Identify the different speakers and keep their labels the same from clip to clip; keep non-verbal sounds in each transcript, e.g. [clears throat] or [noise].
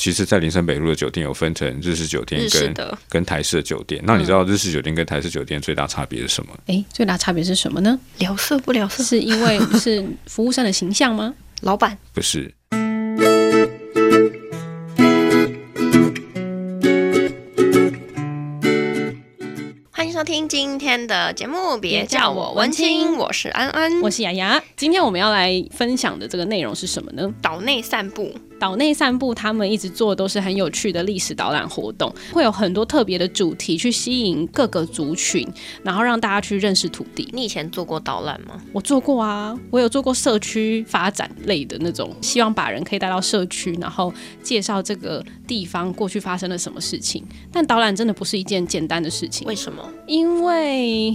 Speaker 1: 其实，在林森北路的酒店有分成日式酒店
Speaker 2: 日式
Speaker 1: 跟
Speaker 2: 的嗯
Speaker 1: 跟台式的酒店。那你知道日式酒店跟台式酒店最大差别是什么？
Speaker 3: 哎，最大差别是什么
Speaker 2: [laughs]
Speaker 3: 呢？
Speaker 2: 聊色不聊色，
Speaker 3: 是因
Speaker 2: [laughs]
Speaker 3: 为是服务生的形象吗？
Speaker 2: 老板
Speaker 1: 不是，
Speaker 2: 欢迎收听今天的节目，别
Speaker 3: 别叫
Speaker 2: 叫我
Speaker 3: 我
Speaker 2: 文
Speaker 3: 文
Speaker 2: 青，
Speaker 3: 青
Speaker 2: 我是安安。
Speaker 3: 我是雅雅，今天我们要来分享的这个内容是什么呢？
Speaker 2: 岛内散步，
Speaker 3: 岛内散步，他们一直做的都是很有趣的历史导览活动，会有很多特别的主题去吸引各个族群，然后让大家去认识土地。
Speaker 2: 你以前做过导览吗？
Speaker 3: 我做过啊，我有做过社区发展类的那种，希望把人可以带到社区，然后介绍这个地方过去发生了什么事情。但导览真的不是一件简单的事情，
Speaker 2: 为什么？
Speaker 3: 因为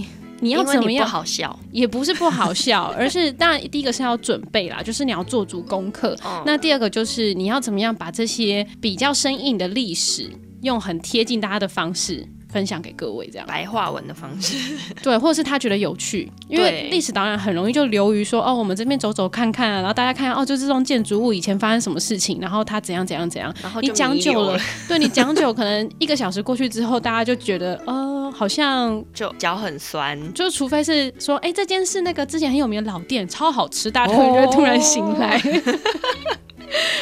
Speaker 2: 因
Speaker 3: 你要
Speaker 2: 为
Speaker 3: 怎么
Speaker 2: 你不
Speaker 3: 样？
Speaker 2: 好笑。
Speaker 3: 也不是不好
Speaker 2: [laughs]
Speaker 3: 笑，而是当然第一个是要准备啦，就是你要做足功课。
Speaker 2: 哦
Speaker 3: 那第二个就是你要怎么样把这些比较生硬的历史，用很贴近大家的方式分享给各位，这样
Speaker 2: 白话文的方式，
Speaker 3: 对，或者是他觉得有趣，因为
Speaker 2: 对
Speaker 3: 历史导览很容易就流于说哦，我们这边走走看看、啊，然后大家看看哦，就这栋建筑物以前发生什么事情，然后它怎样怎样怎样。
Speaker 2: 然后
Speaker 3: 你
Speaker 2: 就
Speaker 3: 讲
Speaker 2: 弥留
Speaker 3: 久
Speaker 2: 了，，
Speaker 3: 对你讲久，可能一个小时过去之后，大家就觉得，哦，好像
Speaker 2: 就脚很
Speaker 3: [laughs]
Speaker 2: 酸。
Speaker 3: 就除非是说，哎、这间是那个之前很有名的老店，超好吃，大家突然就会突然醒来。 [laughs]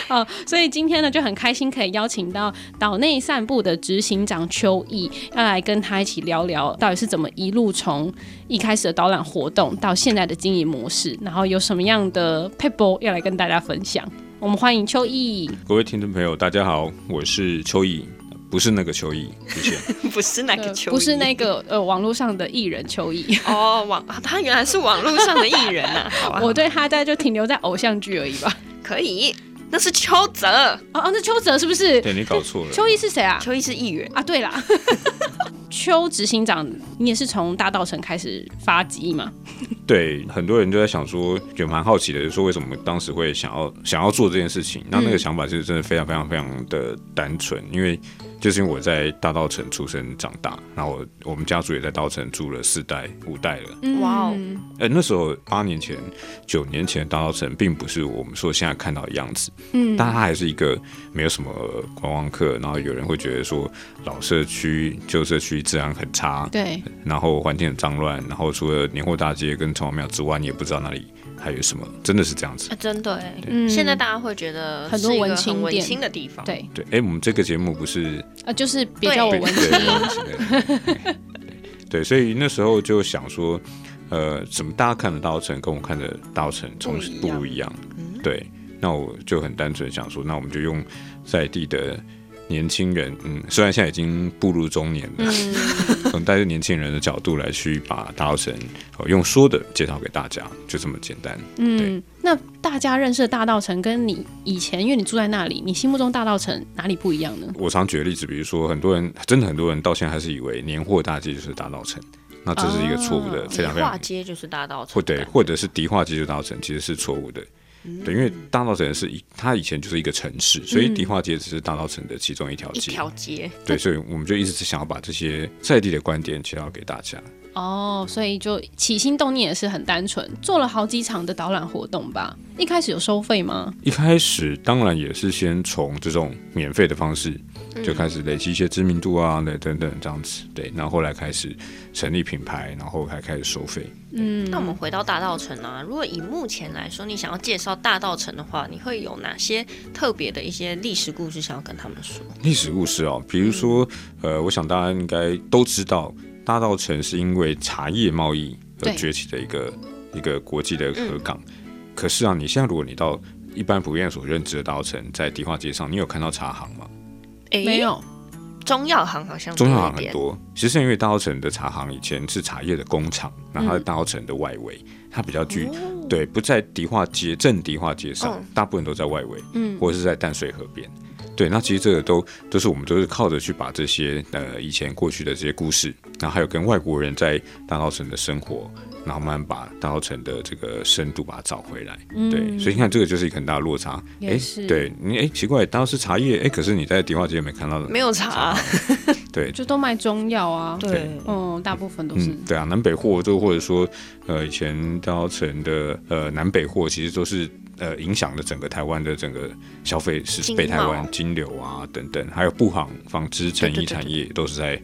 Speaker 3: 好，所以今天呢就很开心可以邀请到岛内散步的执行长邱毅，要来跟他一起聊聊到底是怎么一路从一开始的导览活动到现在的经营模式，然后有什么样的 p e p l e 要来跟大家分享。我们欢迎邱毅，
Speaker 1: 各位听众朋友，大家好，我是邱毅，不是那个邱毅，谢谢。
Speaker 2: 不是那个
Speaker 3: 呃
Speaker 2: 球、
Speaker 3: 不是那个呃网络呃上的艺人邱 [laughs] 毅。
Speaker 2: 哦，网啊他原来是网络上的艺人
Speaker 3: [laughs]
Speaker 2: 啊，好啊，
Speaker 3: 我对他在就停留在偶像剧而已吧。
Speaker 2: 可以，那是邱泽，
Speaker 3: 哦哦，那邱泽是不是？
Speaker 1: 对你搞错了，
Speaker 3: 邱毅是谁啊？
Speaker 2: 邱毅是艺人，
Speaker 3: 啊，对啦， [laughs] 邱执行长，你也是从大道城开始发迹嘛？
Speaker 1: 对，很多人就在想说，也蛮好奇的，就说为什么当时会想要想要做这件事情？那那个想法是真的非常非常非常的单纯，
Speaker 2: 嗯
Speaker 1: 因为就是因为我在大稻城出生长大，然后我我们家族也在大稻城住了四代五代了。
Speaker 2: 哇哦
Speaker 1: 呃，那时候八年前、九年前的大稻城并不是我们说现在看到的样子，嗯，但它还是一个没有什么观光客，然后有人会觉得说老社区、旧社区治安很差，
Speaker 3: 对，
Speaker 1: 然后环境很脏乱，然后除了年货大街跟城隍庙之外，你也不知道那里还有什么，真的是这样子
Speaker 2: 啊。，真的哎、
Speaker 3: 嗯
Speaker 2: 现在大家会觉得
Speaker 3: 很多
Speaker 2: 是一个
Speaker 3: 文青
Speaker 2: 很文
Speaker 3: 店
Speaker 2: 青的地方，，
Speaker 3: 对，
Speaker 1: 对，哎，我们这个节目不是
Speaker 3: 啊，就是别
Speaker 2: 哦
Speaker 3: 叫我
Speaker 1: 被
Speaker 3: 文
Speaker 1: 对
Speaker 3: 青，
Speaker 1: 被文青的对对，所以那时候就想说，呃，怎么大家看得到城跟我看的到城从
Speaker 2: 不一样嗯
Speaker 1: 不一样？对，那我就很单纯地想说，那我们就用在地的年轻人，嗯，虽然现在已经步入中年了，
Speaker 2: 嗯
Speaker 1: 从带着年轻人的角度来去把大稻城、呃用说的介绍给大家，就这么简单。
Speaker 3: 嗯。那大家认识的大道城跟你以前，因为你住在那里，你心目中大道城哪里不一样呢？
Speaker 1: 我常举的例子，比如说很多人，真的很多人到现在还是以为年货大街就是大稻城，那这是一个错误的，
Speaker 2: 哦
Speaker 1: 非常非常
Speaker 2: 化街就是大道城，
Speaker 1: 或对，或者是迪化街就大稻城，其实是错误的。
Speaker 2: 嗯
Speaker 1: 对，因为大稻城是一，它以前就是一个城市，所以迪化街只是大稻城的其中一条
Speaker 2: 一
Speaker 1: 街。
Speaker 2: 条街，
Speaker 1: 对，所以我们就一直是想要把这些在地的观点介绍给大家。
Speaker 3: 哦，所以就起心动念也是很单纯，做了好几场的导览活动吧。一开始有收费吗？
Speaker 1: 一开始当然也是先从这种免费的方式
Speaker 2: 嗯
Speaker 1: 就开始累积一些知名度啊，对，等等这样子。对，然后后来开始成立品牌，然后还开始收费。
Speaker 2: 那
Speaker 3: 嗯
Speaker 2: 我们回到大道城啊，如果以目前来说，你想要介绍大道城的话，你会有哪些特别的一些历史故事想要跟他们说？
Speaker 1: 历史故事哦，比如说，
Speaker 2: 嗯
Speaker 1: 呃，我想大家应该都知道，大稻城是因为茶叶贸易而
Speaker 3: 对
Speaker 1: 崛起的一个一个国际的河港。
Speaker 2: 嗯
Speaker 1: 可是啊，你现在如果你到一般普遍所认知的大稻城，在迪化街上，你有看到茶行吗？
Speaker 2: 诶
Speaker 3: 没，有，
Speaker 2: 中药行好像
Speaker 1: 中药行
Speaker 2: 多一
Speaker 1: 很
Speaker 2: 点，
Speaker 1: 多，其实是因为大稻城的茶行以前是茶叶的工厂，那它在大稻城的外围，它比较具、对，不在迪化街正迪化街上，
Speaker 2: 哦嗯
Speaker 1: 大部分都在外围，嗯，或者是在淡水河边。对，那其实这个都都是我们都是靠着去把这些呃以前过去的这些故事，然后还有跟外国人在大稻城的生活，然后慢慢把大稻城的这个深度把它找回来。对，所以你看这个就是一个很大的落差。
Speaker 3: 嗯也
Speaker 1: 哎
Speaker 3: 是，
Speaker 1: 对你哎奇怪，当时茶叶哎，可是你在迪化街没看到的，
Speaker 2: 没有啊茶，
Speaker 1: 对，
Speaker 3: 就都卖中药啊。
Speaker 1: 对，
Speaker 3: 嗯，大部分都是
Speaker 1: 嗯，对啊，南北货就或者说，呃，以前大稻城的呃南北货其实都是呃影响了整个台湾的整个消费是
Speaker 2: 经
Speaker 1: 北台湾
Speaker 2: 贸
Speaker 1: 金流啊等等，还有布行、纺织、成
Speaker 2: 对
Speaker 1: 衣
Speaker 2: 对
Speaker 1: 产业都是在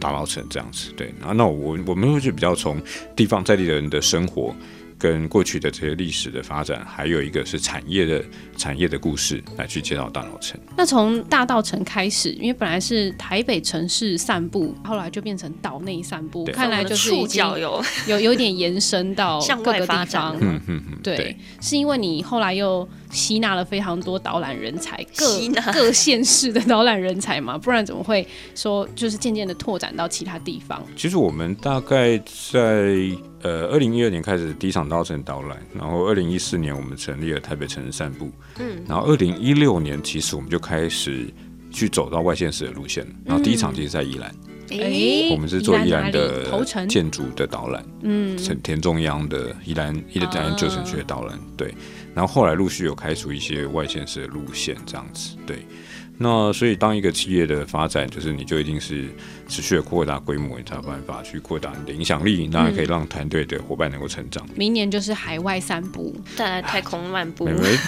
Speaker 1: 打造成这样子。对，然后那我我们会去比较从地方在地人的生活。跟过去的这些历史的发展，还有一个是产业的产业的故事来去介绍大稻城。
Speaker 3: 那从大道城开始，因为本来是台北城市散步，后来就变成岛内散步，
Speaker 1: 对
Speaker 3: 看来就是已
Speaker 2: 触
Speaker 3: 经
Speaker 2: 角有
Speaker 3: 有 [laughs] 有一点延伸到
Speaker 2: [laughs] 向
Speaker 3: 各
Speaker 2: 外
Speaker 3: 个
Speaker 2: 发
Speaker 3: 地
Speaker 2: 展
Speaker 3: 方。
Speaker 1: 嗯嗯嗯，
Speaker 3: 对，
Speaker 1: 对
Speaker 3: 是因为你后来又吸纳了非常多导览人才，
Speaker 2: 吸
Speaker 3: 各
Speaker 2: 纳
Speaker 3: [laughs] 各县市的导览人才嘛，不然怎么会说就是渐渐的拓展到其他地方？
Speaker 1: 其实我们大概在呃二零一二年开始第一场稻城导览，然后二零一四年我们成立了台北城市散步，
Speaker 2: 嗯，
Speaker 1: 然后二零一六年其实我们就开始去走到外县市的路线了，然后第一场其实在宜兰，
Speaker 2: 诶、
Speaker 1: 我们是做宜兰
Speaker 3: 哪
Speaker 1: 的
Speaker 3: 里头城，
Speaker 1: 建筑的导览，
Speaker 3: 嗯，
Speaker 1: 成田中央的宜兰宜兰
Speaker 3: 啊
Speaker 1: 旧城区的导览，对，然后后来陆续有开出一些外县市的路线这样子，对。那所以，当一个企业的发展，就是你就一定是持续的扩大规模，你才有办法去扩大你的影响力，那可
Speaker 3: 嗯
Speaker 1: 以让团队的伙伴能够成长。
Speaker 3: 明年就是海外散步，
Speaker 2: 带来太空漫步
Speaker 1: 美，
Speaker 3: [laughs]
Speaker 1: 眉，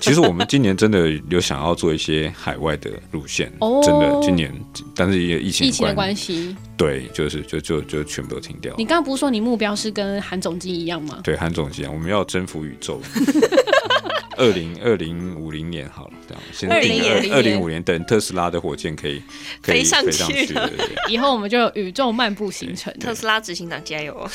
Speaker 1: 其实我们今年真的有想要做一些海外的路线，
Speaker 3: 哦
Speaker 1: 真的今年，但是也疫情
Speaker 3: 疫情的
Speaker 1: 关
Speaker 3: 关系。
Speaker 1: 对，就是就就就全部都停掉。
Speaker 3: 你刚刚不是说你目标是跟韩总机一样吗？
Speaker 1: 对，韩总监，我们要征服宇宙。二零二零五零年好了，这样先定
Speaker 2: 2050
Speaker 1: 二零五年，等特斯拉的火箭可以可以
Speaker 2: 飞上
Speaker 1: 飞上
Speaker 2: 去
Speaker 1: 去
Speaker 2: 了
Speaker 1: 了。对对对
Speaker 3: 以后我们就有宇宙漫步行程。
Speaker 2: 特斯拉执行长加油！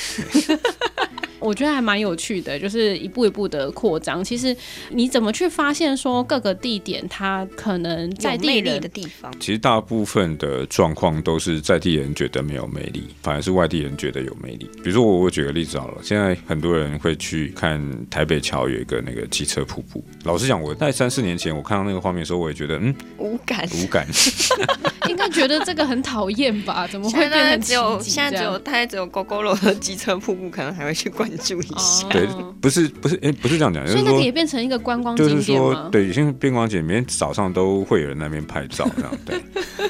Speaker 3: 我觉得还蛮有趣的，就是一步一步的扩张。其实你怎么去发现说各个地点它可能在
Speaker 2: 有
Speaker 3: 地
Speaker 2: 魅力
Speaker 3: 人
Speaker 2: 的地方，
Speaker 1: 其实大部分的状况都是在地人觉得没有魅力，反而是外地人觉得有魅力。比如说我，我举个例子好了，现在很多人会去看台北桥有一个那个汽车瀑布。老实讲，我在三四年前我看到那个画面的时候，我也觉得嗯
Speaker 2: 无感。
Speaker 1: 无感。
Speaker 3: 应该觉得这个很讨厌吧？
Speaker 2: [laughs]
Speaker 3: 怎么会
Speaker 2: 现
Speaker 3: 变
Speaker 2: 在
Speaker 3: 成
Speaker 2: 只有
Speaker 3: 奇迹
Speaker 2: 现在只
Speaker 3: 这样
Speaker 2: 有大概只有 GoGoRo 和机车瀑布，可能还会去关注一下。
Speaker 1: 对
Speaker 3: 哦，
Speaker 1: 不是不是，哎、不是这样讲，就
Speaker 3: 所以
Speaker 1: 是
Speaker 3: 那个也
Speaker 1: 说。
Speaker 3: 变成一个观光
Speaker 1: 就是
Speaker 3: 景点
Speaker 1: 说
Speaker 3: 吗，？
Speaker 1: 对，有些变光姐每天早上都会有人在那边拍照，这样对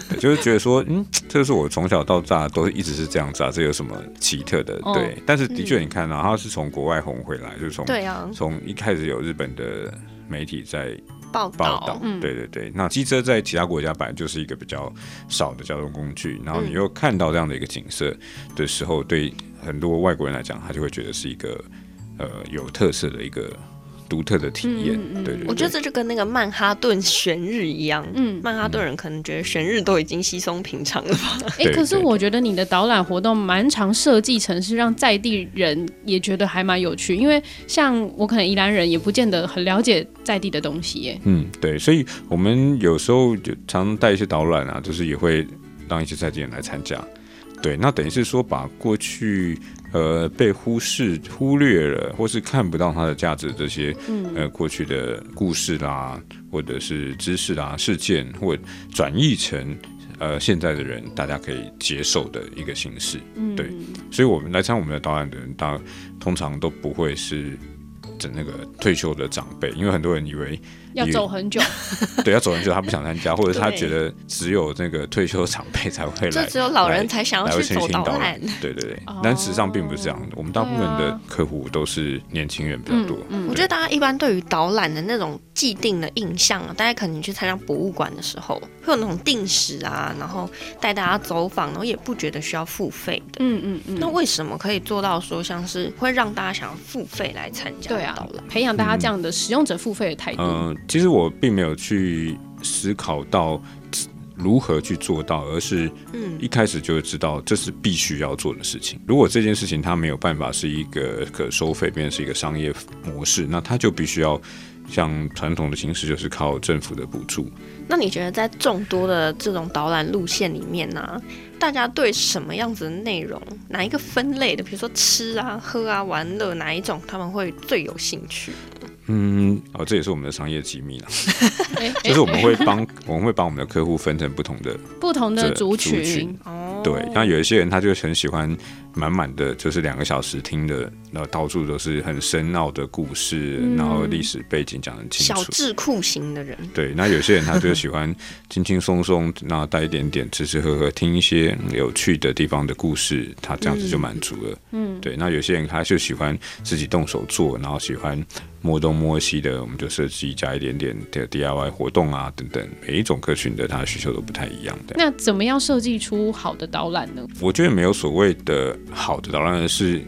Speaker 1: 对，就是觉得说，嗯，这个是我从小到大都是一直是这样子啊，这有什么奇特的？
Speaker 3: 哦
Speaker 1: 对，但是的确
Speaker 2: 嗯
Speaker 1: 你看啊，他是从国外红回来，就是从
Speaker 2: 对啊，
Speaker 1: 从一开始有日本的媒体在
Speaker 2: 报
Speaker 1: 报
Speaker 2: 道
Speaker 1: 道，
Speaker 3: 嗯
Speaker 1: 对对对。那机车在其他国家本来就是一个比较少的交通工具，然后你
Speaker 2: 嗯
Speaker 1: 又看到这样的一个景色的时候，对很多外国人来讲，他就会觉得是一个呃有特色的一个独特的体验。
Speaker 3: 嗯嗯嗯
Speaker 1: 对对对，
Speaker 2: 我觉得这就跟那个曼哈顿悬日一样，
Speaker 3: 嗯，
Speaker 2: 曼哈顿人可能觉得悬日都已经稀松平常了吧？
Speaker 3: 哎、
Speaker 1: 对
Speaker 3: 可是
Speaker 1: 对
Speaker 3: 我觉得你的导览活动蛮常设计成是让在地人也觉得还蛮有趣，因为像我可能宜兰人也不见得很了解在地的东西耶。
Speaker 1: 嗯，对，所以我们有时候就常带一些导览啊，就是也会让一些在地人来参加。对，那等于是说把过去呃被忽视、忽略了，或是看不到它的价值的这些、呃过去的故事啦，或者是知识啦、事件，或转译成呃现在的人大家可以接受的一个形式。
Speaker 3: 嗯，
Speaker 1: 对所以我们来参我们的导览的人，大通常都不会是整那个退休的长辈，因为很多人以为
Speaker 3: 要走很久，
Speaker 1: [laughs] 对，要走很久，他不想参加，或者是他
Speaker 2: 对
Speaker 1: 觉得只有那个退休长辈才会
Speaker 2: 就
Speaker 1: 来，
Speaker 2: 只有老人
Speaker 1: 来
Speaker 2: 才想
Speaker 1: 来
Speaker 2: 要
Speaker 1: 会
Speaker 2: 去
Speaker 1: 去
Speaker 2: 走
Speaker 1: 听
Speaker 2: 导
Speaker 1: 导
Speaker 2: 览
Speaker 1: 览。对对对
Speaker 3: 哦，
Speaker 1: 但事实上并不是这样的。我们大部分
Speaker 3: 对
Speaker 1: 的
Speaker 3: 啊
Speaker 1: 客户都是年轻人比较多。
Speaker 3: 嗯嗯
Speaker 2: 我觉得大家一般对于导览的那种既定的印象啊，大家可能去参加博物馆的时候，会有那种定时啊，然后带大家走访，然后也不觉得需要付费的。
Speaker 3: 嗯嗯嗯，
Speaker 2: 那为什么可以做到说像是会让大家想要付费来参加
Speaker 3: 对
Speaker 2: 的
Speaker 3: 啊
Speaker 2: 导览？，
Speaker 3: 培养大家这样的使用者付费的态度。
Speaker 1: 嗯、其实我并没有去思考到如何去做到，而是
Speaker 2: 嗯
Speaker 1: 一开始就知道这是必须要做的事情。如果这件事情它没有办法是一个可收费，变成是一个商业模式，那它就必须要像传统的形式，就是靠政府的补助。
Speaker 2: 那你觉得在众多的这种导览路线里面呢、大家对什么样子的内容，哪一个分类的，比如说吃啊、喝啊、玩乐，哪一种他们会最有兴趣？
Speaker 1: 嗯，哦，这也是我们的商业机
Speaker 2: [laughs]
Speaker 1: 密啦。
Speaker 3: 哎
Speaker 1: 就是我们
Speaker 3: 哎
Speaker 1: 会帮我们会帮我们的客户分成不同的
Speaker 3: 不同的
Speaker 1: 这
Speaker 3: 族
Speaker 1: 族群
Speaker 3: 群，
Speaker 2: 哦
Speaker 1: 对，像有一些人他就很喜欢满满的就是两个小时听的，然后到处都是很深奥的故事，然后历史背景讲得很清
Speaker 2: 嗯小
Speaker 1: 楚。
Speaker 2: 智库型的人，
Speaker 1: 对，那有些人他就喜欢轻轻松松，那带一点点吃吃喝喝，听一些有趣的地方的故事，他这样子就满足了。嗯，对。那有些人他就喜欢自己动手做，然后喜欢摸东摸西的，我们就设计加一点点的 DIY 活动啊等等，每一种客群的他的需求都不太一样的。
Speaker 3: 那怎么样设计出好的导览呢？
Speaker 1: 我觉得没有所谓的好的导览是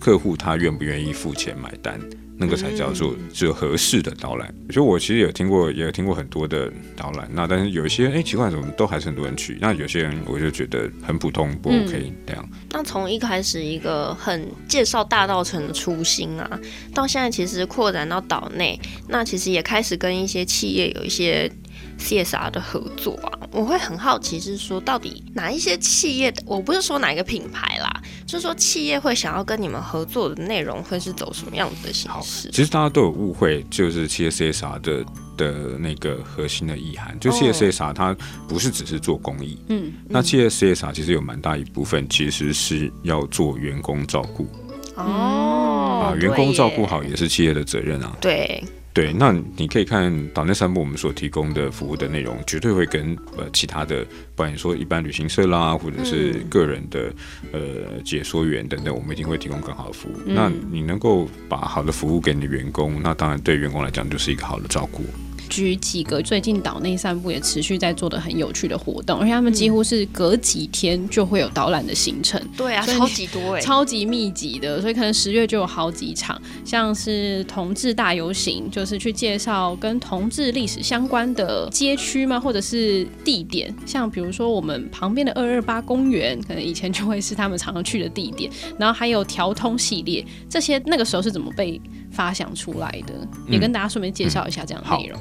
Speaker 1: 客户他愿不愿意付钱买单，那个才叫做只有合适的导览。所以我其实有听过，也有听过很多的导览，那但是有一些哎、诶奇怪，怎么都还是很多人去？那有些人我就觉得很普通，不 OK、这样。
Speaker 2: 那从一开始一个很介绍大道城的初心啊，到现在其实扩展到岛内，那其实也开始跟一些企业有一些 CSR 的合作啊。我会很好奇是说，到底哪一些企业，我不是说哪一个品牌啦，就是说企业会想要跟你们合作的内容会是走什么样子的形
Speaker 1: 好
Speaker 2: 式？
Speaker 1: 其实大家都有误会，就是企 s s r 的的那个核心的意涵，就
Speaker 2: 哦
Speaker 1: c s s r 它不是只是做公益，
Speaker 3: 嗯，
Speaker 1: 那企业 c s r 其实有蛮大一部分其实是要做员工照顾。
Speaker 2: 哦
Speaker 1: 嗯啊，，员工照顾好也是企业的责任啊。
Speaker 2: 对耶，
Speaker 1: 对，那你可以看岛内三部我们所提供的服务的内容，绝对会跟呃其他的，不管你说一般旅行社啦，或者是个人的、呃解说员等等，我们一定会提供更好的服务。那你能够把好的服务给你的员工，那当然对员工来讲就是一个好的照顾。
Speaker 3: 举几个最近岛内散步也持续在做的很有趣的活动，而且他们几乎是隔几天就会有导览的行程。
Speaker 2: 对对啊，
Speaker 3: 所以
Speaker 2: 超级多哎，
Speaker 3: 超级密集的，所以可能十月就有好几场，像是同志大游行，就是去介绍跟同志历史相关的街区嘛，或者是地点，像比如说我们旁边的二二八公园，可能以前就会是他们常常去的地点，然后还有调通系列，这些那个时候是怎么被发想出来的，也跟大家顺便介绍一下这样的内容。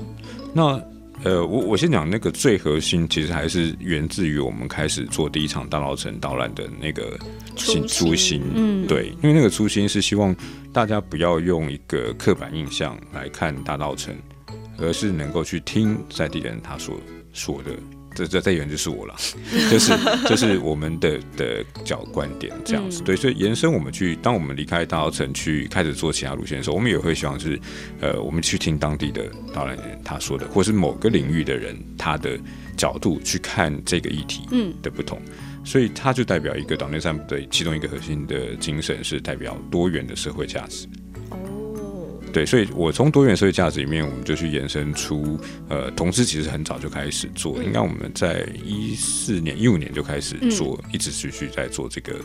Speaker 1: 那呃，我我先讲那个最核心，其实还是源自于我们开始做第一场大稻城导览的那个心
Speaker 2: 初心
Speaker 1: 初心，嗯，对，因为那个初心是希望大家不要用一个刻板印象来看大稻城，而是能够去听在地人他所说的。这这在原就是我了， [laughs] 就是就是我们的的角观点这样子，对，所以延伸我们去，当我们离开大稻城去开始做其他路线的时候，我们也会希望是呃，我们去听当地的导览人他说的，或是某个领域的人他的角度去看这个议题
Speaker 3: 嗯
Speaker 1: 的不同，所以它就代表一个岛内散步的其中一个核心的精神是代表多元的社会价值。
Speaker 2: 哦，
Speaker 1: 对，所以我从多元社会价值里面，我们就去延伸出，呃，同志其实很早就开始做，应该我们在一四年、一五年就开始做，一直持续在做这个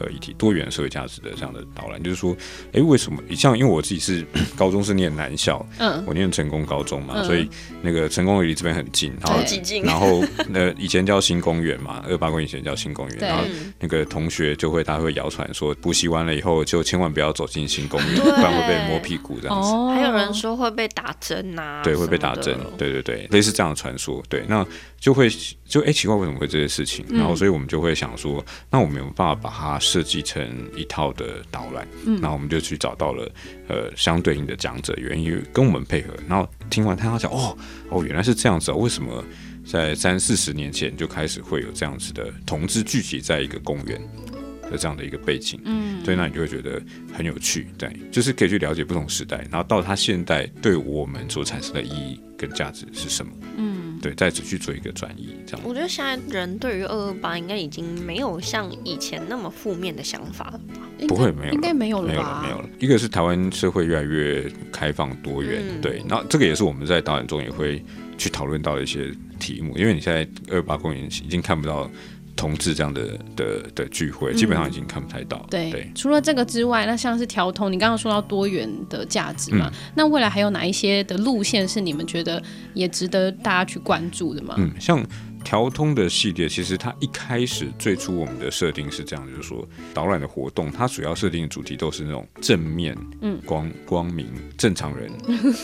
Speaker 1: 呃议题多元社会价值的这样的导览，就是说，诶，为什么像因为我自己是 [clears throat] 高中是念南校，
Speaker 3: 嗯
Speaker 1: 我念成功高中嘛，
Speaker 3: 嗯
Speaker 1: 所以那个成功离这边很近，然后
Speaker 2: 超级近
Speaker 1: 然后呃以前叫新公园嘛，二八公园以前叫新公园，
Speaker 3: 对
Speaker 1: 然后
Speaker 2: 嗯
Speaker 1: 那个同学就会他会谣传说补习完了以后就千万不要走进新公园，
Speaker 2: 对
Speaker 1: 不然会被摸屁股这样子。
Speaker 3: 哦
Speaker 2: 还有人说会被打针呐，
Speaker 1: 对，会被打
Speaker 2: 啊什
Speaker 1: 针
Speaker 2: 么的，
Speaker 1: 对对对，类似这样的传说，对，那就会就哎、诶奇怪为什么会这些事情，然
Speaker 2: 嗯
Speaker 1: 后所以我们就会想说，那我们有没有办法把它设计成一套的导览，
Speaker 2: 嗯
Speaker 1: 然后我们就去找到了呃相对应的讲者，愿意跟我们配合，然后听完他讲哦哦原来是这样子、哦，为什么？在三四十年前就开始会有这样子的同志聚集在一个公园的这样的一个背景，嗯，所以那你就会觉得很有趣，对，就是可以去了解不同时代，然后到它现代对我们所产生的意义跟价值是什么，嗯，对，再只去做一个转移，这样。
Speaker 2: 我觉得现在人对于二二八应该已经没有像以前那么负面的想法了吧？
Speaker 1: 不会没有了
Speaker 3: 应该没有了
Speaker 1: 没有了
Speaker 3: 吧，
Speaker 1: 没有了。一个是台湾社会越来越开放多元，
Speaker 2: 嗯
Speaker 1: 对，那这个也是我们在导演中也会去讨论到的一些题目，因为你现在二八公园已经看不到同志这样的的的聚会，基本上已经看不太到。
Speaker 3: 嗯对，除了这个之外，那像是调通，你刚刚说到多元的价值嘛，
Speaker 1: 嗯
Speaker 3: 那未来还有哪一些的路线是你们觉得也值得大家去关注的吗？
Speaker 1: 嗯，像调通的系列，其实它一开始最初我们的设定是这样，就是说导览的活动，它主要设定的主题都是那种正面、
Speaker 3: 嗯
Speaker 1: 光光明、正常
Speaker 3: [laughs]
Speaker 1: 人、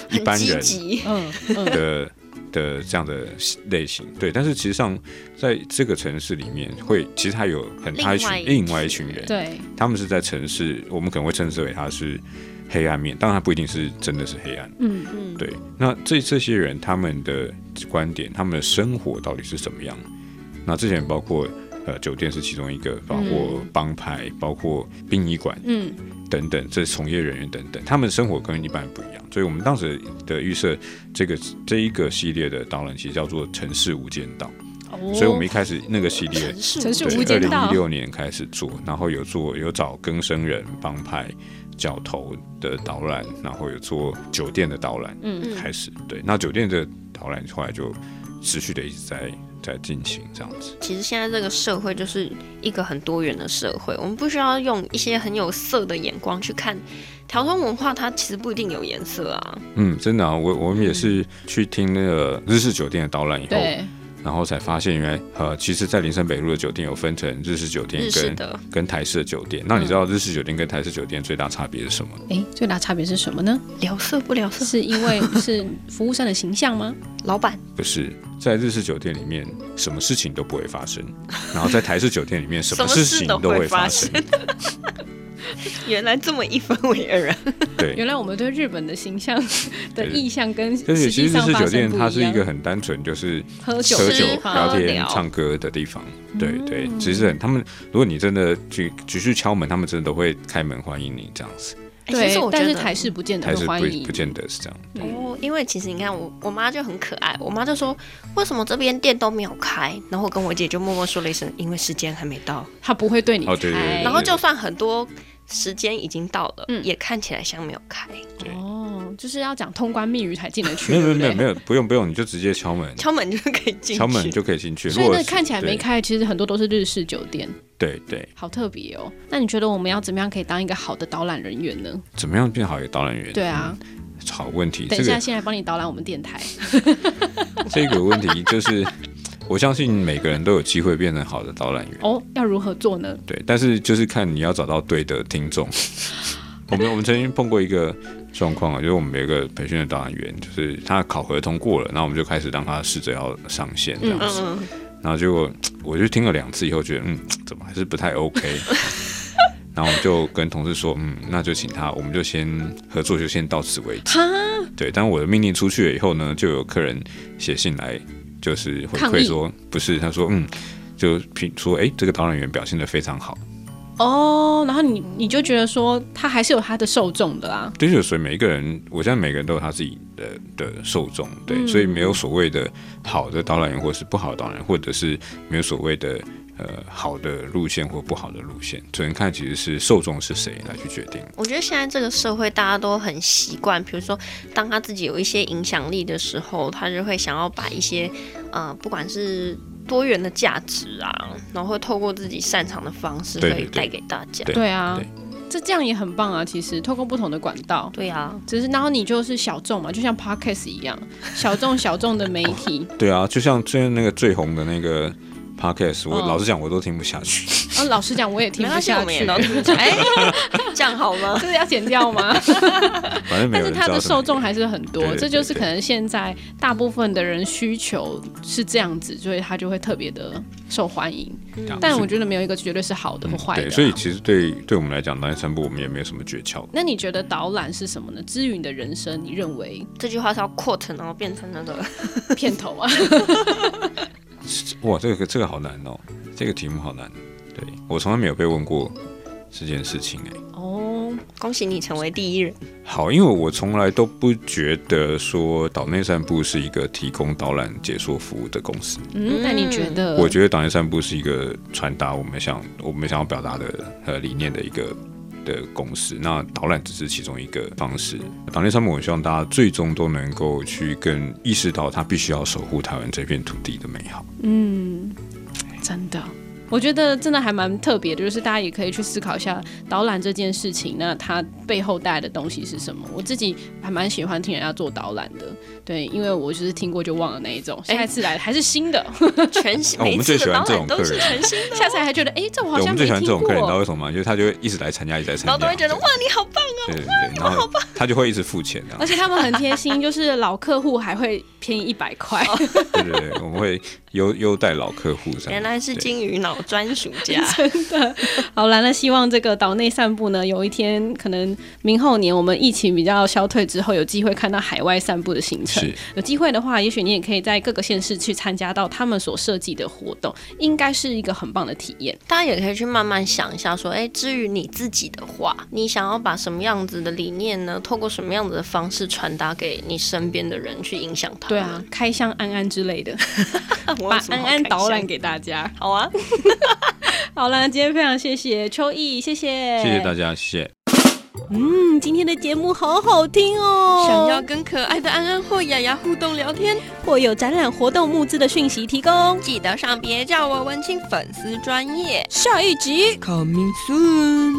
Speaker 1: 一
Speaker 2: 很
Speaker 1: 般
Speaker 2: 积
Speaker 1: 人
Speaker 2: 极，
Speaker 3: 嗯嗯
Speaker 1: 的的这样的类型。对，但是其实上在这个城市里面会，其实它有很它一群
Speaker 2: 另
Speaker 1: 另外
Speaker 2: 外一
Speaker 1: 一
Speaker 2: 群
Speaker 1: 群人，
Speaker 3: 对，
Speaker 1: 他们是在城市，我们可能会称之为它是黑暗面，当然它不一定是真的是黑暗。
Speaker 3: 嗯
Speaker 2: 嗯，
Speaker 1: 对，那这这些人他们的观点，他们的生活到底是怎么样？那这些人包括呃酒店是其中一个，包括帮派、包括殡仪馆
Speaker 3: 嗯
Speaker 1: 等等，这从业人员等等，他们的生活跟一般人不一样。所以我们当时的预设，这个这一个系列的导览其实叫做《城市无间道》，
Speaker 3: 哦
Speaker 1: 所以我们一开始那个系列
Speaker 2: 陈述
Speaker 3: 陈述
Speaker 1: 对，
Speaker 3: 无间道
Speaker 1: 二零一六年开始做，然后有做有找更生人、帮派、角头的导览，然后有做酒店的导览，
Speaker 3: 嗯
Speaker 1: 开始对。那酒店的导览后来就持续的一直在在进行这样子。
Speaker 2: 其实现在这个社会就是一个很多元的社会，我们不需要用一些很有色的眼光去看条通文化，它其实不一定有颜色啊。
Speaker 1: 嗯，真的啊，我我们也是去听那个日式酒店的导览以后，
Speaker 3: 对，
Speaker 1: 然后才发现原来呃，其实，在林森北路的酒店有分成日式酒店
Speaker 2: 日式
Speaker 1: 跟
Speaker 2: 的
Speaker 1: 跟台式的嗯酒店。那你知道日式酒店跟台式酒店最大差别是什么？
Speaker 3: 哎，最大差别是什
Speaker 1: [laughs]
Speaker 3: 么呢？
Speaker 2: 聊色不聊色，
Speaker 3: 是因为是服务生的形象吗？
Speaker 2: 老板
Speaker 1: 不是，在日式酒店里面，什么事情都不会发 [laughs] 生；然后在台式酒店里面，什么事情都会发生。
Speaker 2: 原来这么一分为二啊！
Speaker 1: 对，
Speaker 3: 原来我们对日本的形象 [laughs]
Speaker 1: 对
Speaker 3: 的意向跟
Speaker 1: 就
Speaker 3: 实
Speaker 1: 是其
Speaker 3: 际
Speaker 1: 实日
Speaker 3: 上
Speaker 1: 式
Speaker 3: 发
Speaker 1: 酒
Speaker 3: 生不一
Speaker 1: 店
Speaker 3: 样。
Speaker 1: 它是一个很单纯，就是
Speaker 3: 喝酒
Speaker 1: 喝
Speaker 3: 的
Speaker 1: 酒
Speaker 3: 地、
Speaker 2: 方
Speaker 1: 聊天
Speaker 2: 聊、
Speaker 1: 唱歌的地方。对对，其实很他们，如果你真的去只去敲门，他们真的都会开门欢迎你这样子。
Speaker 2: 哎
Speaker 3: 对，
Speaker 2: 其实我觉
Speaker 3: 但
Speaker 2: 得
Speaker 3: 是台式不见
Speaker 1: 台
Speaker 3: 得
Speaker 1: 式
Speaker 3: 会欢
Speaker 1: 不
Speaker 3: 迎
Speaker 1: 不。见得是这样。
Speaker 2: 哦，因为其实你看我我妈就很可爱，我妈就说为什么这边店都没有开，然后我跟我姐就默默说了一声，因为时间还没到，
Speaker 3: 他不会对你
Speaker 1: 哦对对
Speaker 3: 开
Speaker 1: 对
Speaker 2: 然后就算很多时间已经到了，
Speaker 3: 哎嗯
Speaker 2: 也看起来像没有开，
Speaker 1: 对
Speaker 3: 哦，就是要讲通关密语才进得去，
Speaker 1: 没有没
Speaker 3: 对
Speaker 1: 有
Speaker 3: 不
Speaker 1: 没有
Speaker 3: 对
Speaker 1: 没有，不用不用，你就直接敲门，
Speaker 2: 敲门就可以进去，
Speaker 1: 敲门就可以进去。
Speaker 3: 所以
Speaker 1: 如果
Speaker 3: 那
Speaker 1: 是
Speaker 3: 看起来没。开，其实很多都是日式酒店，
Speaker 1: 对对对，
Speaker 3: 好特别哦。那你觉得我们要怎么样可以当一个好的导览人员呢？
Speaker 1: 怎么样变好一个导览员？
Speaker 3: 对啊，
Speaker 1: 嗯，好问题。嗯
Speaker 3: 等
Speaker 1: 这
Speaker 3: 一
Speaker 1: 个
Speaker 3: 下，现在帮你导览我们电台。 [laughs]
Speaker 1: 这个问题就是，我相信每个人都有机会变成好的导览员，
Speaker 3: 哦，要如何做呢？
Speaker 1: 对，但是就是看你要找到对的听
Speaker 3: [laughs]
Speaker 1: 众。我们我们曾经碰过一个状况啊，就是我们有一个培训的导览员，就是他考核通过了，然后我们就开始让他试着要上线这样子，
Speaker 2: 嗯，嗯，
Speaker 1: 然后结果我就听了两次以后，觉得嗯，怎么还是不太
Speaker 3: [laughs]
Speaker 1: OK。然后我们就跟同事说，嗯，那就请他，我们就先合作，就先到此为止。
Speaker 3: 哈，
Speaker 1: 对，但我的命令出去了以后呢，就有客人写信来，就是回
Speaker 3: 抗议
Speaker 1: 馈说不是，他说嗯，就评说哎、诶这个导览员表现的非常好，
Speaker 3: 哦，然后你你就觉得说他还是有他的受众的啊啦。
Speaker 1: 的确，所以每一个人，我现在每个人都有他自己的的受众，对，
Speaker 3: 嗯
Speaker 1: 所以没有所谓的好的导览员，或是不好的导览员，或者是没有所谓的呃好的路线或不好的路线，只能看其实是受众是谁来去决定。
Speaker 2: 我觉得现在这个社会大家都很习惯，比如说当他自己有一些影响力的时候，他就会想要把一些呃，不管是多元的价值啊，然后透过自己擅长的方式，
Speaker 1: 对
Speaker 2: 会
Speaker 1: 对对
Speaker 2: 带给大家。
Speaker 1: 对
Speaker 3: 对啊，这这样也很棒啊。其实透过不同的管道，
Speaker 2: 对啊，
Speaker 3: 只是然后你就是小众嘛，就像 podcast 一样，小众小众的媒
Speaker 1: [laughs]
Speaker 3: 体。
Speaker 1: 对啊，就像最近那个最红的那个 podcast，我、
Speaker 3: 嗯
Speaker 1: 老实讲我都听不下去。 [laughs]
Speaker 3: 啊，老实讲，我也听
Speaker 2: 没
Speaker 3: 不
Speaker 2: 关系，我
Speaker 3: 下
Speaker 2: 们也
Speaker 3: 去。
Speaker 2: 聊这么久，哎， [laughs] 这样好吗？
Speaker 3: [laughs] 这个要剪掉吗？
Speaker 1: 反正没有
Speaker 3: 但是
Speaker 1: 人知
Speaker 3: 它
Speaker 1: 道
Speaker 3: 的
Speaker 1: 是哪
Speaker 3: 受
Speaker 1: 个
Speaker 3: 众还是很多，
Speaker 1: 对对对
Speaker 3: 这就是
Speaker 1: 对
Speaker 3: 可能现在大部分的人需求是这样子，所以它就会特别的受欢迎。
Speaker 1: 嗯
Speaker 3: 但
Speaker 1: 是嗯
Speaker 3: 我觉得没有一个绝对是好的或坏的
Speaker 1: 对，
Speaker 3: 啊。
Speaker 1: 所以其实对对我们来讲，单三步我们也没有什么诀窍。
Speaker 3: 那你觉得导览是什么呢？之于你的人生，你认为
Speaker 2: 这句话是要 quote，然后变成那个
Speaker 3: 片头啊？
Speaker 1: 哇，这个这个好难哦，这个题目好难。对我从来没有被问过这件事情哎、
Speaker 3: 哦，
Speaker 2: 恭喜你成为第一人。
Speaker 1: 好，因为我从来都不觉得说岛内散步是一个提供导览解说服务的公司。
Speaker 3: 嗯，那你觉得？
Speaker 1: 我觉得岛内散步是一个传达我们想我们想要表达的呃理念的一个的公司。那导览只是其中一个方式。岛内散步，我希望大家最终都能够去更意识到，他必须要守护台湾这片土地的美好。
Speaker 3: 嗯，真的。我觉得真的还蛮特别的，就是大家也可以去思考一下导览这件事情，那它背后带来的东西是什么？我自己还蛮喜欢听人家做导览的，对，因为我就是听过就忘了那一种，
Speaker 2: 哎
Speaker 3: 下一次来还是新的，
Speaker 2: 全新，
Speaker 1: 哦我
Speaker 2: 每
Speaker 1: 们
Speaker 2: 一
Speaker 1: 最
Speaker 2: 次
Speaker 1: 喜
Speaker 2: 的
Speaker 1: 欢
Speaker 2: 导
Speaker 1: 这种
Speaker 2: 览都
Speaker 1: 客
Speaker 2: 是
Speaker 1: 人啊
Speaker 2: 全
Speaker 1: [laughs]
Speaker 2: 新的，
Speaker 3: 下次来还觉得哎、这我好
Speaker 1: 对，我们
Speaker 3: 像没
Speaker 1: 最喜欢
Speaker 3: 听
Speaker 1: 这种客人，你知道
Speaker 3: [laughs] 过，
Speaker 1: 为什么吗？就是他就会一直来参加，一直来参加，
Speaker 2: 然后都会觉得哇，你好棒，
Speaker 1: 对对对，然后他就会一直付钱啊
Speaker 3: [laughs] 而。且他们很贴心，就是老客户还会便宜一百块，
Speaker 1: 对对对，我们会优优待老客户这样。
Speaker 2: 原来是
Speaker 1: 对
Speaker 2: 金鱼脑岛专属家。 [laughs]
Speaker 3: 好啦，那希望这个岛内散步呢，有一天可能明后年我们疫情比较消退之后，有机会看到海外散步的行程。
Speaker 1: 是
Speaker 3: 有机会的话，也许你也可以在各个县市去参加到他们所设计的活动，应该是一个很棒的体验。
Speaker 2: 大家也可以去慢慢想一下，说，哎，至于你自己的话，你想要把什么样子的理念呢，透过什么样子的方式传达给你身边的人，去影响他们。
Speaker 3: 对啊，，开箱安安之类的，
Speaker 2: [laughs] 我
Speaker 3: 把
Speaker 2: 有什么
Speaker 3: 安
Speaker 2: 好
Speaker 3: 安
Speaker 2: 开
Speaker 3: 导览
Speaker 2: 箱。
Speaker 3: 给大家。
Speaker 2: 好啊，
Speaker 3: 好啦，今天非常谢谢秋意，谢谢，
Speaker 1: 谢谢大家，谢谢。
Speaker 3: 嗯，今天的节目好好听哦。
Speaker 2: [laughs] 想要跟可爱的安安或雅雅互动聊天，
Speaker 3: 或有展览活动募资的讯息提供，
Speaker 2: 记得上别叫我文青粉丝专业。
Speaker 3: 下一集
Speaker 2: Coming soon。